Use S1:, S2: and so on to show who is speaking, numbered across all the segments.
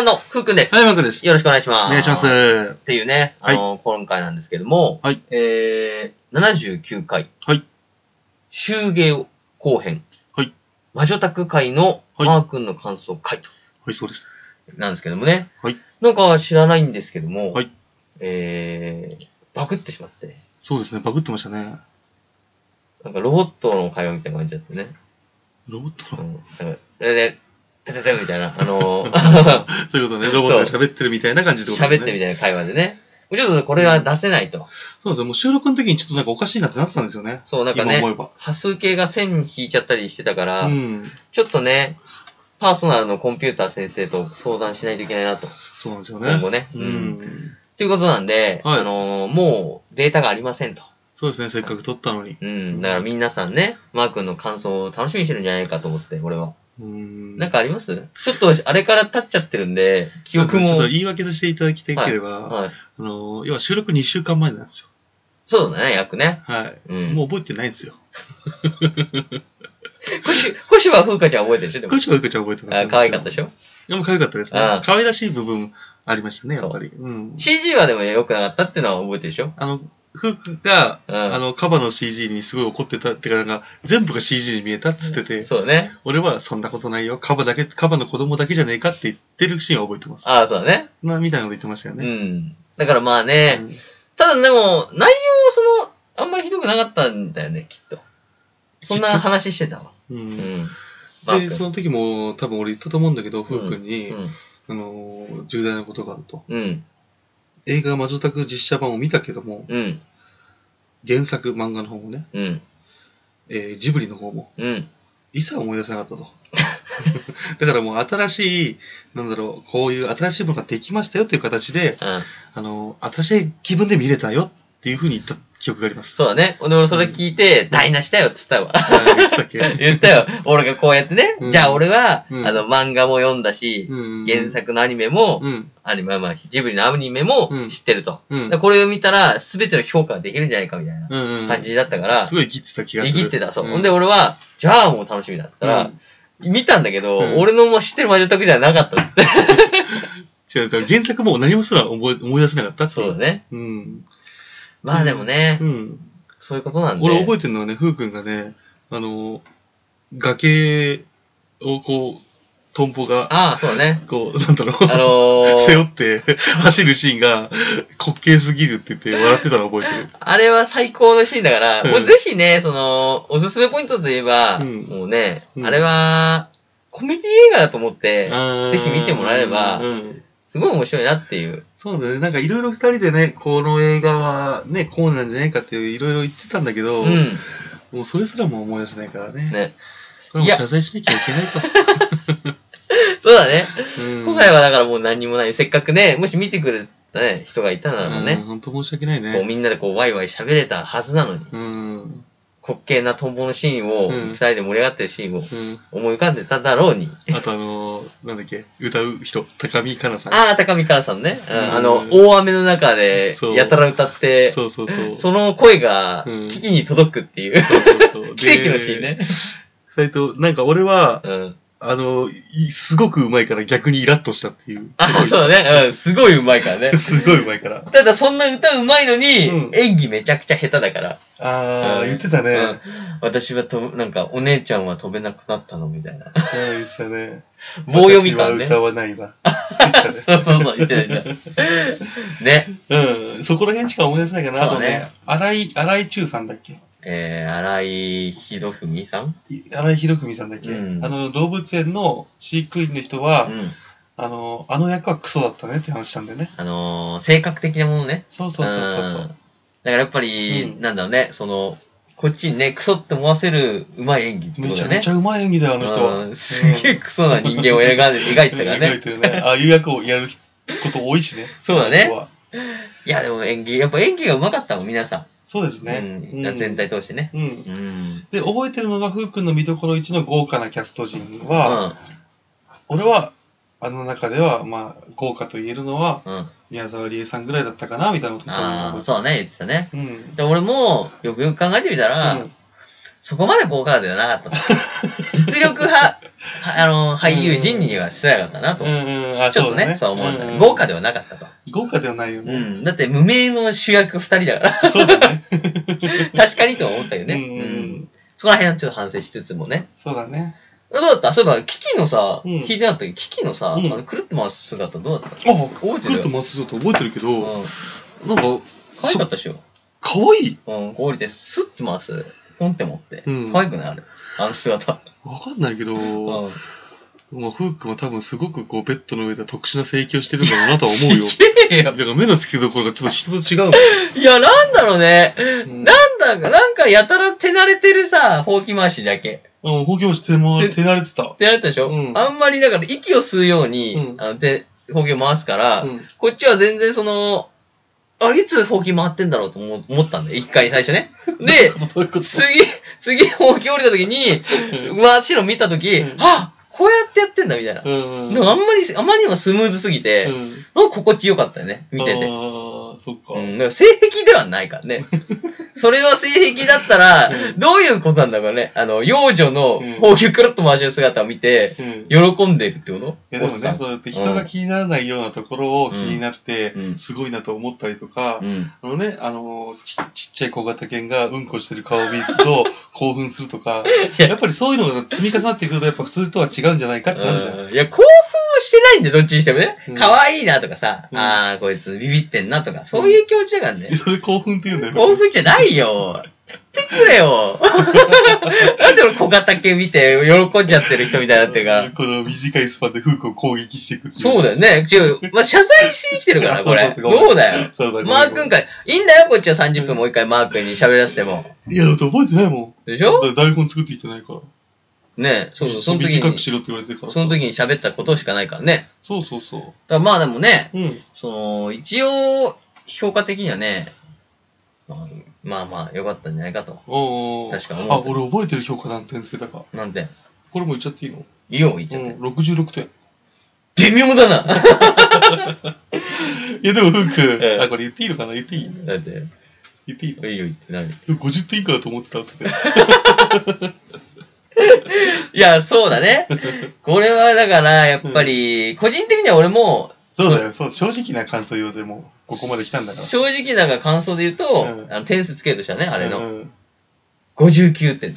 S1: んのふうくんです。
S2: はい、マークです。
S1: よろしくお願いします。
S2: お願いします。
S1: っ
S2: は
S1: ていうね、あの、今回なんですけども、
S2: はい
S1: えー、79回、
S2: い。
S1: 集芸後編、
S2: はい
S1: 魔女宅会の
S2: はい
S1: マー君の感想会と、
S2: はい、そうです。
S1: なんですけどもね、
S2: はい
S1: なんか知らないんですけども、
S2: はい
S1: えー、バグってしまって、
S2: そうですね、バグってましたね。
S1: なんかロボットの会話みたいな感じだったね。
S2: ロボット
S1: う
S2: の、
S1: ん、なんか、で、で、てててみたいな、あ のー、
S2: そういうことね、ロボットが喋ってるみたいな感じでことですね。
S1: 喋ってみたいな会話でね。ちょっとこれは出せないと。
S2: そうですね、もう収録の時にちょっとなんかおかしいなってなってたんですよね。
S1: そう、なんかね
S2: 今思えば、
S1: 波数計が線引いちゃったりしてたから、
S2: うん。
S1: ちょっとね、パーソナルのコンピューター先生と相談しないといけないなと。
S2: そうなんですよね。
S1: 今後ね。
S2: う
S1: うん
S2: ん。
S1: ということなんで、
S2: はい
S1: あのーもうデータがありませんと。
S2: そうですね、せっかく撮ったのに。
S1: うん。だから皆さんね、マー君の感想を楽しみにしてるんじゃないかと思って、俺は。
S2: うん。
S1: なんかありますちょっとあれから経っちゃってるんで、記憶
S2: ちょっ
S1: も。
S2: と言い訳としていただきたければ、
S1: はい。
S2: あの、要は収録2週間前なんですよ。
S1: そうだね、役ね。
S2: はい。
S1: うん。
S2: もう覚えてないんですよ。
S1: コシ、コシは風花ちゃん覚えてるでしょでも
S2: これしかゆかちゃん覚えてます
S1: あ可愛かったでしょ
S2: でも可愛かったですね
S1: ああ。
S2: 可愛らしい部分ありましたね、やっぱり。うん。
S1: CG はでも良くなかったってのは覚えてるでしょ
S2: あの、フークが、
S1: うん
S2: あの、カバの CG にすごい怒ってたってか、なんか、全部が CG に見えたっつってて、
S1: そうだね。
S2: 俺はそんなことないよ、カバだけ、カバの子供だけじゃねえかって言ってるシーンは覚えてます。
S1: ああ、そうだね。
S2: な、みたいなこと言ってましたよ
S1: う
S2: ね。
S1: ん。だからまあね、
S2: うん
S1: ただでも、内容その、あんまりひどくなかったんだよね、きっと。そんな
S2: きっと
S1: 話してたわ。
S2: う
S1: うんん。マー
S2: で、そ
S1: 君。
S2: の時も、多分俺言ったと思うんだけど、フークに、
S1: うん
S2: あのー、重大なことがあると。
S1: うん。
S2: 映画魔女宅実写版を見たけども、
S1: うん。
S2: 原作漫画の方もね、
S1: うん。
S2: えージブリの方も、
S1: うん。
S2: 一切思い出せなかっ たと。だからもう新しい、なんだろう、こういう新しいものができましたよっていう形で、
S1: うん。
S2: あの、私は気分で見れたよっていうふうに言った記憶があ ります。
S1: そうだね。俺、俺それ聞いて、台無しだよって言ったわ。
S2: あいつだっけ
S1: 言ったよ。俺がこうやってね。
S2: うん
S1: じゃあ俺は、
S2: うん
S1: あの、漫画も読んだし、
S2: うん
S1: 原。作のアニメも、
S2: うん。
S1: アニメ、まあ、ジブリのアニメも
S2: うん
S1: 知ってると。
S2: うん
S1: で。これを見たら、すべての評価ができるんじゃないかみたいな
S2: うんうん。
S1: 感じだったから、
S2: すごい切ってた気が
S1: い
S2: する。
S1: ぎってた。そう。
S2: ん
S1: ほんで、俺は、じゃあもう楽しみだって言ったら、見たんだけど、
S2: うん
S1: 俺のもう知ってる魔女宅じゃなかったっつって。
S2: 違う違う。原作も何もすら思い思い出せなかったってい
S1: そうだ。ね。
S2: うん。
S1: まあでもね、
S2: うん。
S1: そういうことなんで。
S2: 俺覚えてるのはね、ふうくんがね、あの、崖をこう、トンボが、
S1: ああ、そうだ ね。
S2: こう、なんだろう。
S1: あの
S2: 背
S1: ー、
S2: 負って走るシーンが滑稽すぎるって言って笑ってたの覚えてる。
S1: あれは最高のシーンだから、
S2: うん
S1: もうぜひね、その、おすすめポイントといえば、
S2: うん
S1: もうね、
S2: うん
S1: あれは、コメディ映画だと思って、 ぜ
S2: ぜ
S1: ひ見てもらえれば
S2: うん、
S1: すごい面白いなっていう。
S2: そうだね。なんかいろいろ二人でね、この映画はね、こうなんじゃないかっていういろいろ言ってたんだけど、
S1: うん。
S2: もうそれすらも思い出せないからね。
S1: ね。
S2: これ
S1: い
S2: も
S1: や
S2: 謝罪しなきゃいけないと。
S1: そうだね。
S2: うん
S1: 今回はだからもう何にもない。せっかくね、もし見てくれたね、人がいたなら
S2: うん
S1: ね、
S2: 本当申し訳ない
S1: こう
S2: ね。
S1: みんなでこうワイワイ喋れたはずなのに、
S2: うん。うん。
S1: 滑稽なトンボのシーンを、
S2: うん
S1: 二人で盛り上がってるシーンを思い浮かんでただろうに。
S2: あとあのー、なんだっけ、歌う人、高見かなさん。
S1: ああ、高見からさんね。うん
S2: うん
S1: あの、大雨の中で
S2: そ、う
S1: やたら歌って、
S2: そうそうそう。
S1: その声が、
S2: うん
S1: 危機に届くっていう、
S2: そ うそうそう
S1: 奇跡のシーン。ね。
S2: 斎藤、なんか俺は、
S1: うん。
S2: あの、いすごくうまいから逆にイラッとしたっていう。。
S1: ああ、そうだね。うん、すごい上手いからね
S2: すごいうまいから。
S1: ただそんな歌上手いのに、
S2: うん
S1: 演技めちゃくちゃ下手だから。
S2: あ
S1: う
S2: あ、
S1: ん
S2: 言ってたね。
S1: うん私はと、なんか、お姉ちゃんは飛べなくなったのみたいな。
S2: うん言ってたね。
S1: 棒読み感ね
S2: 私は歌わないわ。言ってたね
S1: そうそうそう、言ってた言ってた。ね。
S2: うん、そこら辺しか思い出せないかな。あ
S1: そ
S2: と
S1: うね
S2: ね、荒井、荒井中さんだっけ
S1: えー、荒井博文さんうん。
S2: い荒井博文さんだっけ、
S1: うん
S2: あの、動物園の飼育員の人は、あの、あの役はクソだったねって話したんだよね。
S1: あのー、性格的なものね。
S2: そうそうそうそうそ
S1: ん
S2: う。
S1: だからやっぱり、
S2: うん
S1: なんだろうね、その、こっちにね、クソって思わせるうまい演技ってこ
S2: め
S1: と
S2: ち
S1: だ
S2: ゃ
S1: ね
S2: めち。ゃうまい演技だよ、あの人は。
S1: うんすげえクソな人間を描いて描いてたから
S2: 描い
S1: ね。
S2: てるね。ああいう役をやること多いしね。
S1: そうだね
S2: あの人はい
S1: や、でも演技、やっぱ演技がうまかったもん、皆さ
S2: そうです
S1: ん。
S2: ね。
S1: うん
S2: うん
S1: 全体通してね。
S2: うん。
S1: うん。
S2: で、覚えてるのが、ふうくんの見どころ1の豪華なキャスト陣
S1: う
S2: は、
S1: ん。
S2: 俺は、あの中では、まあ、豪華と言えるのは、
S1: うん。
S2: 宮沢りえさんぐらいだったかな、みたいなこと言ってた
S1: あ
S2: の
S1: あ、そうね、言ってたね。
S2: うん。うん。
S1: で、俺も、よくよく 考えてみたら、そこまで豪華ではなかった。実力派、あの、俳優陣にはしてなかったなと。
S2: うんうん、あ、
S1: ちょっ
S2: そう
S1: と
S2: だ
S1: ね、
S2: ね。
S1: そう思うんだね。
S2: ん
S1: 豪華ではなかったと。
S2: 豪華ではないよ
S1: う
S2: ね。
S1: ん。だって無名の主役二人だ から、
S2: そうだね。
S1: 確かにとは思ったよね。
S2: うんうんうん
S1: うんそこら辺はちょっと反省しつつもね。
S2: そうだね。
S1: どうだったそういえば、キキのさ、
S2: うん
S1: 聞いてなかったけど、キキのさ、あ
S2: うん
S1: の、くるって回す姿どうだった
S2: あ、
S1: 覚えてる
S2: くるっと回すと覚えてるけ
S1: うん。
S2: ど、なんか、
S1: 可愛かったでしょ
S2: かわいい
S1: うん、こう降りて、スッて回す。ポンって持って。
S2: うん
S1: 可愛くないあれ。あの姿。
S2: わかんないけど、
S1: うん。
S2: まあ、
S1: 思
S2: フー君は多分すごくこう、ベッドの上で特殊な性器をしてるんだろうなとは思うよ。
S1: えよ
S2: だ。から目の付けどころがちょっと人と違う
S1: いや、なんだろうね。
S2: もん。
S1: なんだか、なんかやたら手慣れてるさ、ほうき回しだけ。
S2: うん、うん、ほうきもして手も手慣れてた。
S1: 手慣れたでしょ、
S2: うん
S1: あんまりだから息を吸うように、
S2: うん
S1: あの手、ほうきを回すから、
S2: うん
S1: こっちは全然その、あれ、いつほうき回ってんだろうと思思ったんだよ。一回最初 ね。で、
S2: どういうこと
S1: 次、次ほうき降りた時に、真っ白見た時、
S2: うん
S1: あこうやってやってんだみたいな。
S2: うん。
S1: でもあんまり、あまりにもスムーズすぎて、
S2: うん
S1: なんか心地よかったよね、見て
S2: あ
S1: て。
S2: あ、そっか。
S1: うん、だから性癖ではないから ね。それは性癖だったら
S2: う、
S1: どういうことなんだろうね。あの、幼女の
S2: うん
S1: ほうきをくるっと回してる姿を見て、
S2: うん
S1: 喜んでるってこと
S2: いやでも
S1: おっ
S2: ね
S1: さ、ん
S2: そうやって人が気にならないようなところを気になって
S1: うんうん、
S2: すごいなと思ったりとか、
S1: うん。
S2: あのね、あのち、ちっちゃい小型犬がうんこしてる顔を見る と興奮するとか、
S1: や
S2: やっぱりそういうのが積み重なってくると、やっぱ普通とは違うんじゃないかってなるじゃん。
S1: うんいや、興奮はしてないんだよ、どっちにしてもね
S2: うん。
S1: 可愛いなとかさ、
S2: うん
S1: あー、こいつビビってんなとか、そういう気持ちだから ね。
S2: それ興奮って言うんだよ。
S1: 興奮じゃないよ。言ってくれ よ。なんで俺小型犬見て喜んじゃってる人みたいになってるから。
S2: この短いスパンでフークを攻撃していくっていう。
S1: そうだよね。違う。まあ、謝罪しに来てる から、これ。
S2: そうそう
S1: そうだよ。
S2: そうだ
S1: マー君か
S2: か。
S1: い。いいんだよ、こっちは30分もう一回マー君に喋らせても。
S2: いや、だって覚えてないもん。
S1: でしょ
S2: だって台本作ってきてないから。
S1: ねえ、そうそう、その時
S2: 短くし
S1: に、
S2: ろって言われてるから。
S1: その時に喋ったことしかないからね。
S2: そうそうそ
S1: だからまあでもね、
S2: う。うん。
S1: その、一応、評価的にはね、まあまあまあ、良かったんじゃないかと。
S2: おー
S1: 確か思う
S2: あ、俺覚えてる評価何点つけたか。
S1: なんて、
S2: これも言っちゃっていいの
S1: いいよ、言っちゃって。
S2: うん、66点。
S1: 微妙だな。
S2: いや、でも、ふう
S1: ええ
S2: く、あ、これ言っていいのかな言っていい
S1: だって、いいよ、
S2: 言っていいの
S1: 言って何
S2: ?50 点以下だと思ってたん ですね。
S1: いや、そうだね。これはだから、やっぱり、個人的には俺も、
S2: そうだよ、そう、正直な感想言わせもう、ここまで来たんだから。
S1: 正直なんか感想で言うと、
S2: うん
S1: あの点数つけるとしたらね、あれの。
S2: うん。
S1: 59点。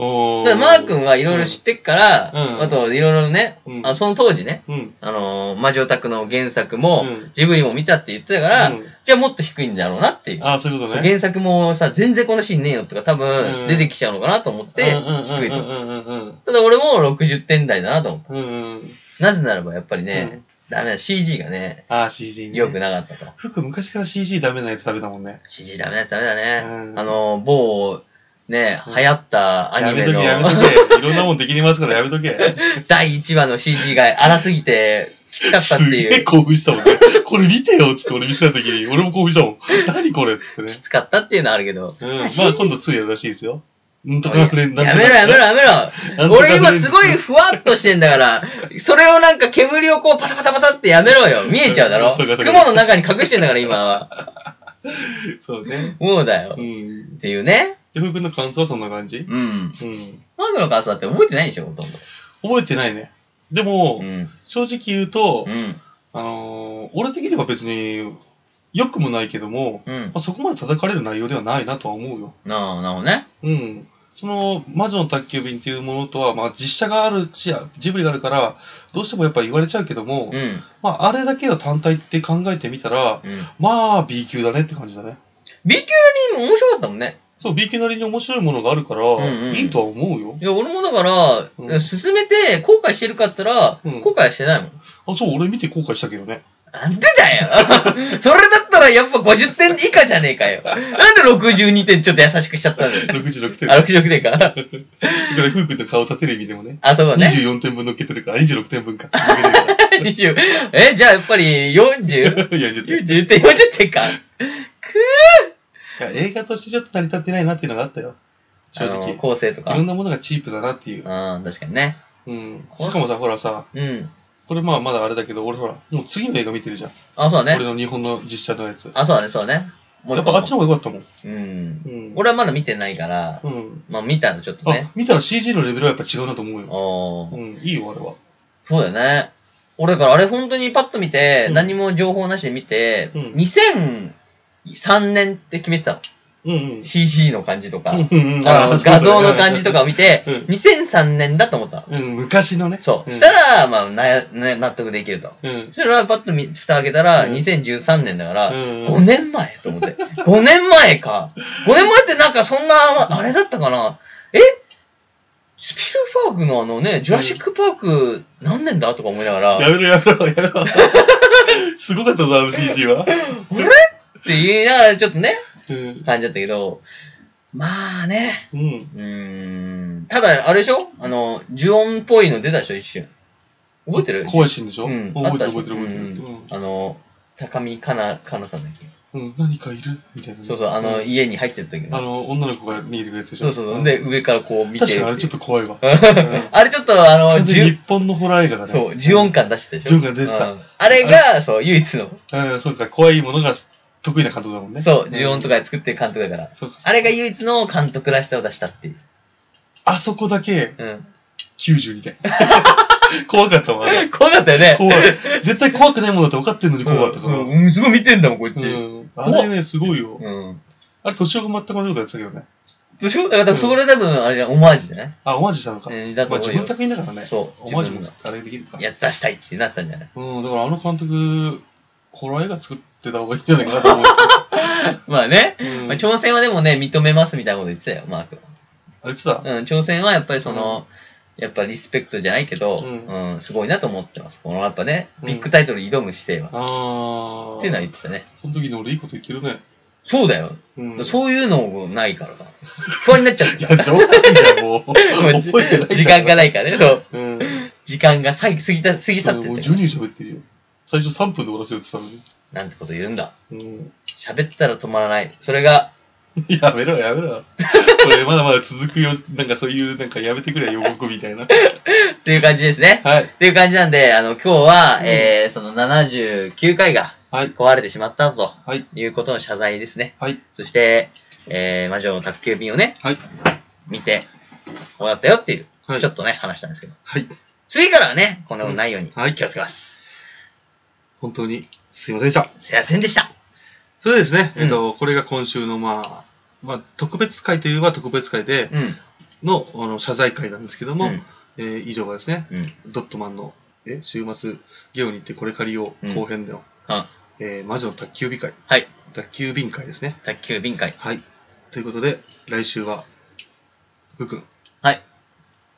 S2: お
S1: だ
S2: ー
S1: からマー君はいろいろ知ってっから、
S2: うん
S1: あといろいろね、
S2: うん
S1: あ、その当時ね、
S2: うん。
S1: あのー、魔女宅の原作も、
S2: うん
S1: ジブリも見たって言ってたから、
S2: うん
S1: じゃあもっと低いんだろうなっていう。
S2: ああ、そういうこと
S1: そう
S2: ね。
S1: 原作もさ、全然このシーンねえよとか多分
S2: うん
S1: 出てきちゃうのかなと思って、
S2: うんうん
S1: 低いと思う。
S2: うんうんうんうん
S1: ただ俺も60点台だなと思っ
S2: うんうん。
S1: た。なぜならばやっぱり
S2: う
S1: ね
S2: ん、
S1: ダメだ、CG がね、
S2: ああ、CG ね。
S1: 良くなかったと。
S2: ふうく昔から CG ダメなやつ食べたもんね。
S1: CG ダメだやつダメだね。
S2: うん
S1: あのー、某、ね、
S2: うん
S1: 流行ったア
S2: や
S1: ニ
S2: め
S1: メ
S2: とけ、やめ
S1: の
S2: とけ。いろんなもんできに回すからやめとけ。
S1: 第1話の CG が荒すぎて、きつかったって
S2: すげ
S1: い
S2: え
S1: う。
S2: 興奮したもんね。これ見てよっつって俺見せた時に、俺も興奮したもん。何これっつってね。
S1: きつかったっていうのはあるけど。
S2: うん。まあ今度2やるらしいですよ。うんとかフレン、
S1: やめろやめろやめ
S2: な
S1: ろ
S2: んとか
S1: 俺今すごいふわっとしてんだから、それをなんか煙をこうパタパタパタってやめろよ。見えちゃうだろ
S2: そうかそうか
S1: 雲の中に隠してんだから今は。
S2: そうね。
S1: もうだよ
S2: う。ん。
S1: っていうね。
S2: じゃ、ふうくんの感想はそんな感じ
S1: うん。
S2: うん。
S1: マークの感想だって覚えてないでしょ、ほとんど。
S2: 覚えてないね。でも
S1: う、ん。
S2: 正直言うと
S1: う、ん。
S2: あのー、俺的には別に、良くもないけども、
S1: うん
S2: ま。あ、そこまで叩かれる内容ではないなとは思うよ。
S1: なあ、なるほどね。
S2: うん。その、魔女の宅急便っていうものとは、まあ実写があるし、ジブリがあるから、どうしてもやっぱ言われちゃうけども、
S1: うん。
S2: まああれだけを単体って考えてみたら、
S1: うん。
S2: まあ B 級だねって感じだね。
S1: B 級に面白かったもんね。
S2: そう、B 級なりに面白いものがあるから、
S1: んうん
S2: いいとは思うよ。
S1: いや、俺もだから、
S2: うん
S1: 進めて後悔してるかって言った
S2: う
S1: ら、
S2: ん
S1: 後悔はしてないもん。
S2: あ、そう、俺見て後悔したけど ね。
S1: なんでだよ それだったらやっぱ50点以下じゃねえかよ。なんで62点ちょっと優しくしちゃ ったんだよ。
S2: 66点。
S1: あ、
S2: だか
S1: 66点か。
S2: ら、フー君の顔立てる意味でもね。
S1: あ、そうね。
S2: 24点分乗っけてるから、26点 分か。乗っけてる
S1: 20。
S2: か
S1: え、じゃあやっぱり 40?40
S2: らいや、ちょっとい
S1: 点、40点か。
S2: や、映画としてちょっと成り立ってないなっていうのがあったよ。正
S1: あ
S2: 直。
S1: の
S2: い
S1: 構成とか。
S2: ろん
S1: う
S2: なものがチープだなっていう。
S1: ん、確かにね。
S2: うん。
S1: こ
S2: しかもさ、ほらさ、
S1: うん。
S2: これまあまだあれだけど、俺ほら、もう次の映画見てるじゃん。
S1: あ、そうだ
S2: 俺
S1: ね。
S2: の日本の実写のやつ。や
S1: あ、そうだね、そうだね。もう
S2: っぱあっちの方が良かったもん。
S1: うん。
S2: うん。
S1: 俺はまだ見てないから、
S2: うん。
S1: まあ見たのちょっと
S2: あ、
S1: ね。
S2: 見たら CG のレベルはやっぱ違うなと思うよ。
S1: おー
S2: うん、いいよ、あれは。
S1: そうだよね。俺だからあれ本当にパッと見て、
S2: うん
S1: 何も情報なしで見て、
S2: うん
S1: 2003年って決めてたの。
S2: うんうん。
S1: CG の感じとか、
S2: うんうん
S1: あの
S2: あそうだ
S1: 画
S2: ね
S1: 像の感じとかを見て、
S2: うん
S1: 2003年だと思ったの。
S2: うん、昔のね。
S1: そう。
S2: ん
S1: したら、まあな、ね、納得できると。
S2: うん。
S1: それはパッと見蓋開けたら、
S2: うん
S1: 2013年だから、
S2: うん
S1: 5年前と思って。5年前か。5年前ってなんかそんな、あれだったかな。えスピルバーグのあのね、ジュラシックパーク何年だとか思いながら、
S2: やめろやめろやめろ。 すごかったぞ、 あの CG は。
S1: って言いながらちょっとね、
S2: うん。
S1: 感じだったけど、まあね、
S2: うん。
S1: うーん。ただ、あれでしょあの、呪音っぽいの出たでしょ一瞬。覚えてる
S2: 怖いシーンでしょ
S1: うん
S2: 覚えて
S1: あ
S2: る
S1: った
S2: 覚え
S1: で
S2: て
S1: し
S2: る
S1: ょ
S2: 覚えてる。
S1: あの、高見かな、かなさんだっけ
S2: うん。うん何かいるみたいなね。
S1: そうそう、あの、
S2: ん
S1: 家に入ってる時
S2: あ
S1: の。
S2: の、女の子が逃げてくれてるでし
S1: そ
S2: ょ
S1: うそう。で、、上からこう見てるってい
S2: 確
S1: う。
S2: かにあれちょっと怖い わ。
S1: あれちょっと、あの、
S2: 完全に
S1: じゅ
S2: 日本のホラー映画だね。
S1: そう、呪音感出してたでしょ。
S2: 呪音感出てた
S1: うんあれが、そう、唯一の、
S2: うん、そうか、怖いものが得意な監督だもんね。
S1: そう、呪音と
S2: か。
S1: かで作ってる監督だから。
S2: そうか。
S1: あれが唯一の監督らしさを出したっていう。
S2: あそこだけ
S1: うん。
S2: 92点。 怖かったわ、あれ。
S1: 怖かったよね。
S2: 怖い。絶対怖くないものだって分かってんのに怖かったから。
S1: うんうん、すごい見てんだもん、こっち。
S2: うん。あれね、すごいよ。
S1: うん。
S2: あれ、年岡全く同じことやってたけどね。
S1: でしょだから、そこで多分、あれじゃん、オマージュでね。
S2: あ、オマージュしたのか。
S1: うんだと
S2: まあ
S1: 思うよ
S2: 自分の作品だからね。
S1: そう
S2: オマージュも
S1: 自
S2: あれできるから。
S1: やつ出したいってなったんじゃない
S2: うん、だからあの監督、ホラー映画作ってた方がいいんじゃないかなと思う。
S1: まあね。
S2: うん
S1: まあ、挑戦はでもね、認めますみたいなこと言ってたよ、マーク。
S2: あいつだ。
S1: うん、挑戦はやっぱりその、やっぱリスペクトじゃないけど、う
S2: うん
S1: ん、すごいなと思ってます。このやっぱね、
S2: うん
S1: ビッグタイトルに挑む姿勢は。
S2: あー。
S1: っていうのは言ってたね。
S2: その時に俺いいこと言ってるね。
S1: そうだよ。
S2: うん。
S1: そういうのないからか。不安になっちゃっ
S2: い
S1: て
S2: や、冗談じゃん、もう。
S1: た。
S2: 覚えてないから。
S1: 時間がないからね、そう。
S2: うん。
S1: 時間がさぎ過ぎた、過ぎ去っ
S2: もう
S1: てて。
S2: 12人喋ってるよ。最初3分で終わらせようって言って
S1: なんてこと言うんだ。
S2: たのに。うん。
S1: 喋ったら止まらない。それが、
S2: やめろ、やめろ。これまだまだ続くよ。なんかそういう、なんかやめてくれ、予告みたいな。
S1: っていう感じですね。
S2: はい。
S1: っていう感じなんで、あの、今日は、
S2: うん
S1: えー、その79回が
S2: はい。
S1: 壊れてしまったと
S2: はい。
S1: いうことの謝罪ですね。
S2: はい。
S1: そして、えー、魔女の宅急便をね、
S2: はい。
S1: 見て、こうだったよっていう、
S2: はい
S1: ちょっとね、話したんですけど。
S2: はい。
S1: 次からはね、こんなことないように
S2: うんはい
S1: 気をつけます。
S2: 本当に、すいませんでした。
S1: すいませんでした。
S2: それでですね、
S1: うん
S2: えっと、これが今週の、まあ、まあ、特別会といえば特別会で
S1: うん。
S2: の、あの、謝罪会なんですけど
S1: う
S2: も、
S1: ん
S2: えー以上がですね、
S1: うん。
S2: ドットマンの、え、週末、ゲオに行ってこれ借りよう後編での、
S1: あ
S2: えー魔女の宅急便会、
S1: はい。
S2: 宅急便会ですね。
S1: 宅急便会。
S2: はい。ということで、来週は、ふくん。
S1: はい。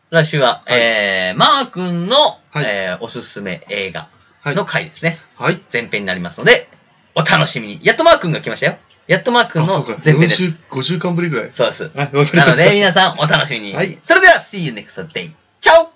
S1: 来週は、
S2: はい
S1: えー、マー君の、
S2: はい
S1: えー、おすすめ映画
S2: はい。
S1: の回ですね。
S2: はい。
S1: 前編になりますので、お楽しみに。やっとマー君が来ましたよ。やっとマー君
S2: あ、
S1: の
S2: そうか。
S1: 前編
S2: 4
S1: です。
S2: 週、5週間ぶりぐらい。
S1: そうです。
S2: はい、わかり
S1: な
S2: ま
S1: の
S2: した
S1: で、。皆さんお楽しみに。
S2: はい
S1: それでは、See you next day. チャオ